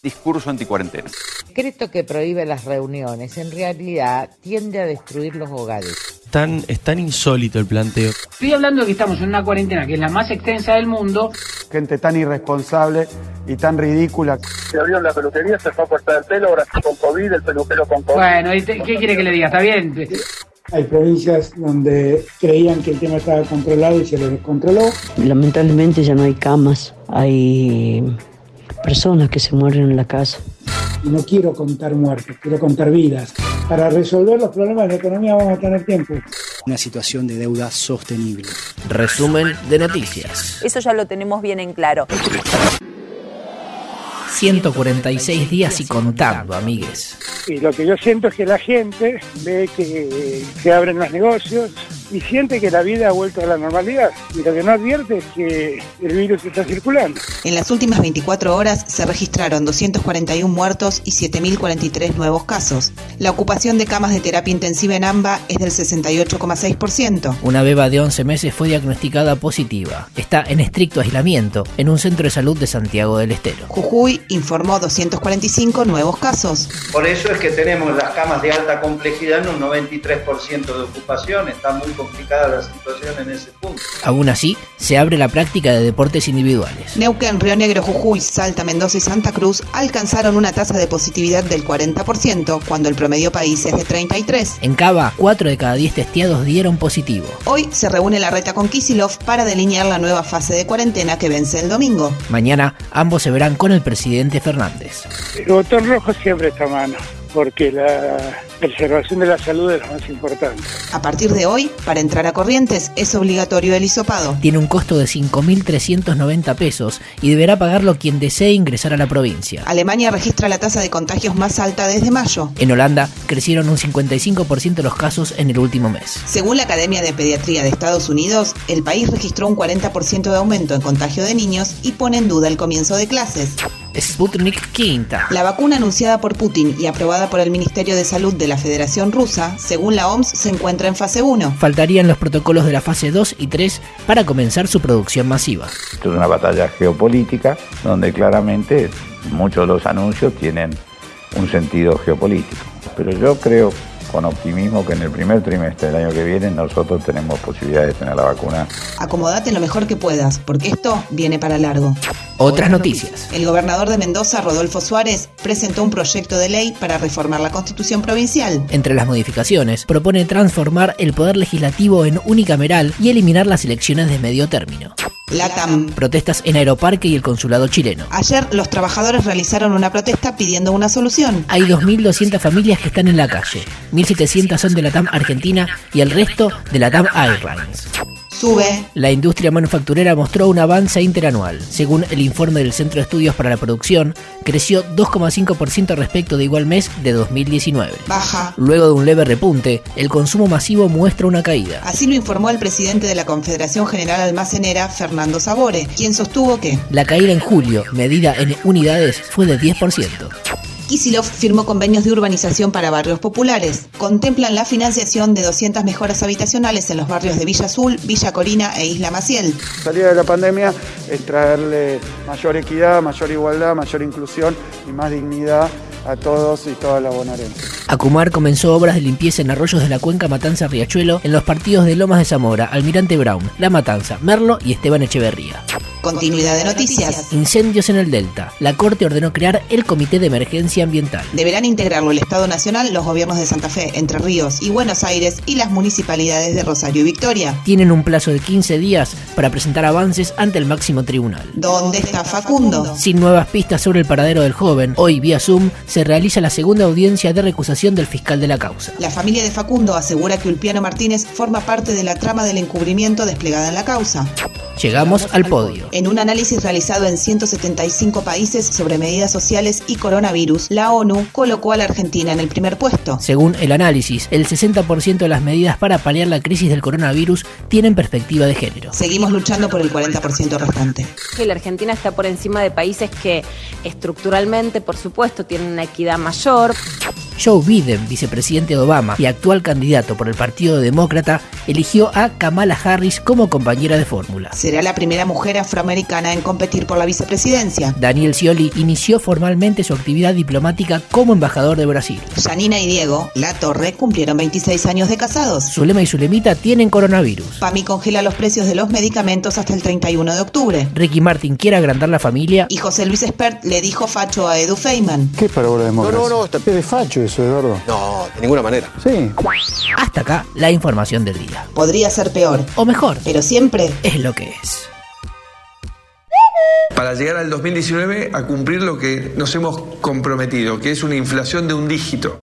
Discurso anticuarentena. El decreto que prohíbe las reuniones en realidad tiende a destruir los hogares. Tan, es tan insólito el planteo. Estoy hablando de que estamos en una cuarentena que es la más extensa del mundo. Gente tan irresponsable y tan ridícula. Se abrió la peluquería, se fue a cortar el pelo, ahora con COVID, el peluquero con COVID. Bueno, ¿y te- ¿qué quiere que le diga? ¿Está bien? Hay provincias donde creían que el tema estaba controlado y se lo descontroló. Lamentablemente ya no hay camas, hay personas que se mueren en la casa. Y no quiero contar muertos, quiero contar vidas. Para resolver los problemas de la economía vamos a tener tiempo. Una situación de deuda sostenible. Resumen de noticias. Eso ya lo tenemos bien en claro. 146 días y contando, amigues. Y lo que yo siento es que la gente ve que se abren los negocios y siente que la vida ha vuelto a la normalidad. Y lo que no advierte es que el virus está circulando. En las últimas 24 horas se registraron 241 muertos y 7.043 nuevos casos. La ocupación de camas de terapia intensiva en AMBA es del 68,6%. Una beba de 11 meses fue diagnosticada positiva. Está en estricto aislamiento en un centro de salud de Santiago del Estero. Jujuy informó 245 nuevos casos. Por eso es que tenemos las camas de alta complejidad en un 93% de ocupación. Está muy complicada la situación en ese punto. Aún así, se abre la práctica de deportes individuales. Neuquén, Río Negro, Jujuy, Salta, Mendoza y Santa Cruz alcanzaron una tasa de positividad del 40% cuando el promedio país es de 33%. En Cava, 4 de cada 10 testeados dieron positivo. Hoy se reúne la reta con Kisilov para delinear la nueva fase de cuarentena que vence el domingo. Mañana, ambos se verán con el presidente Fernández. El botón rojo siempre está a mano, porque la preservación de la salud es lo más importante. A partir de hoy, para entrar a Corrientes es obligatorio el hisopado. Tiene un costo de 5.390 pesos y deberá pagarlo quien desee ingresar a la provincia. Alemania registra la tasa de contagios más alta desde mayo. En Holanda crecieron un 55% los casos en el último mes. Según la Academia de Pediatría de Estados Unidos, el país registró un 40% de aumento en contagio de niños y pone en duda el comienzo de clases. Sputnik Quinta. La vacuna anunciada por Putin y aprobada por el Ministerio de Salud de la Federación Rusa, según la OMS, se encuentra en fase 1. Faltarían los protocolos de la fase 2 y 3 para comenzar su producción masiva. Esto es una batalla geopolítica donde claramente muchos de los anuncios tienen un sentido geopolítico. Pero yo creo con optimismo que en el primer trimestre del año que viene nosotros tenemos posibilidades de tener la vacuna. Acomodate lo mejor que puedas, porque esto viene para largo. Otras noticias. El gobernador de Mendoza, Rodolfo Suárez, presentó un proyecto de ley para reformar la constitución provincial. Entre las modificaciones, propone transformar el poder legislativo en unicameral y eliminar las elecciones de medio término. LATAM. Protestas en Aeroparque y el consulado chileno. Ayer los trabajadores realizaron una protesta pidiendo una solución. Hay 2.200 familias que están en la calle, 1.700 son de la TAM Argentina y el resto de la TAM Airlines. Sube. La industria manufacturera mostró un avance interanual. Según el informe del Centro de Estudios para la Producción, creció 2,5% respecto de igual mes de 2019. Baja. Luego de un leve repunte, el consumo masivo muestra una caída. Así lo informó el presidente de la Confederación General Almacenera, Fernando Sabore, quien sostuvo que La caída en julio, medida en unidades, fue de 10%. Kisilov firmó convenios de urbanización para barrios populares. Contemplan la financiación de 200 mejoras habitacionales en los barrios de Villa Azul, Villa Corina e Isla Maciel. Salir de la pandemia es traerle mayor equidad, mayor igualdad, mayor inclusión y más dignidad a todos y todas las bonaerenses. Acumar comenzó obras de limpieza en arroyos de la cuenca Matanza Riachuelo en los partidos de Lomas de Zamora, Almirante Brown, La Matanza, Merlo y Esteban Echeverría. Continuidad de noticias. Incendios en el Delta. La Corte ordenó crear el Comité de Emergencia Ambiental. Deberán integrarlo el Estado Nacional, los gobiernos de Santa Fe, Entre Ríos y Buenos Aires y las municipalidades de Rosario y Victoria. Tienen un plazo de 15 días para presentar avances ante el máximo tribunal. ¿Dónde está Facundo? Sin nuevas pistas sobre el paradero del joven, hoy vía Zoom se realiza la segunda audiencia de recusación del fiscal de la causa. La familia de Facundo asegura que Ulpiano Martínez forma parte de la trama del encubrimiento desplegada en la causa. Llegamos al podio. En un análisis realizado en 175 países sobre medidas sociales y coronavirus, la ONU colocó a la Argentina en el primer puesto. Según el análisis, el 60% de las medidas para paliar la crisis del coronavirus tienen perspectiva de género. Seguimos luchando por el 40% restante. Que la Argentina está por encima de países que estructuralmente, por supuesto, tienen una equidad mayor. Joe Biden, vicepresidente de Obama y actual candidato por el Partido Demócrata, eligió a Kamala Harris como compañera de fórmula. Será la primera mujer afroamericana en competir por la vicepresidencia. Daniel Scioli inició formalmente su actividad diplomática como embajador de Brasil. Janina y Diego, la Torre, cumplieron 26 años de casados. Zulema y Zulemita tienen coronavirus. Pami congela los precios de los medicamentos hasta el 31 de octubre. Ricky Martin quiere agrandar la familia. Y José Luis Espert le dijo facho a Edu Feynman. ¿Qué es palabra de democracia? No, no, no, está- es de facho eso, Eduardo. No, de ninguna manera. Sí. Hasta acá la información del día. Podría ser peor, O mejor, pero siempre es lo que es. para llegar al 2019 a cumplir lo que nos hemos comprometido, que es una inflación de un dígito.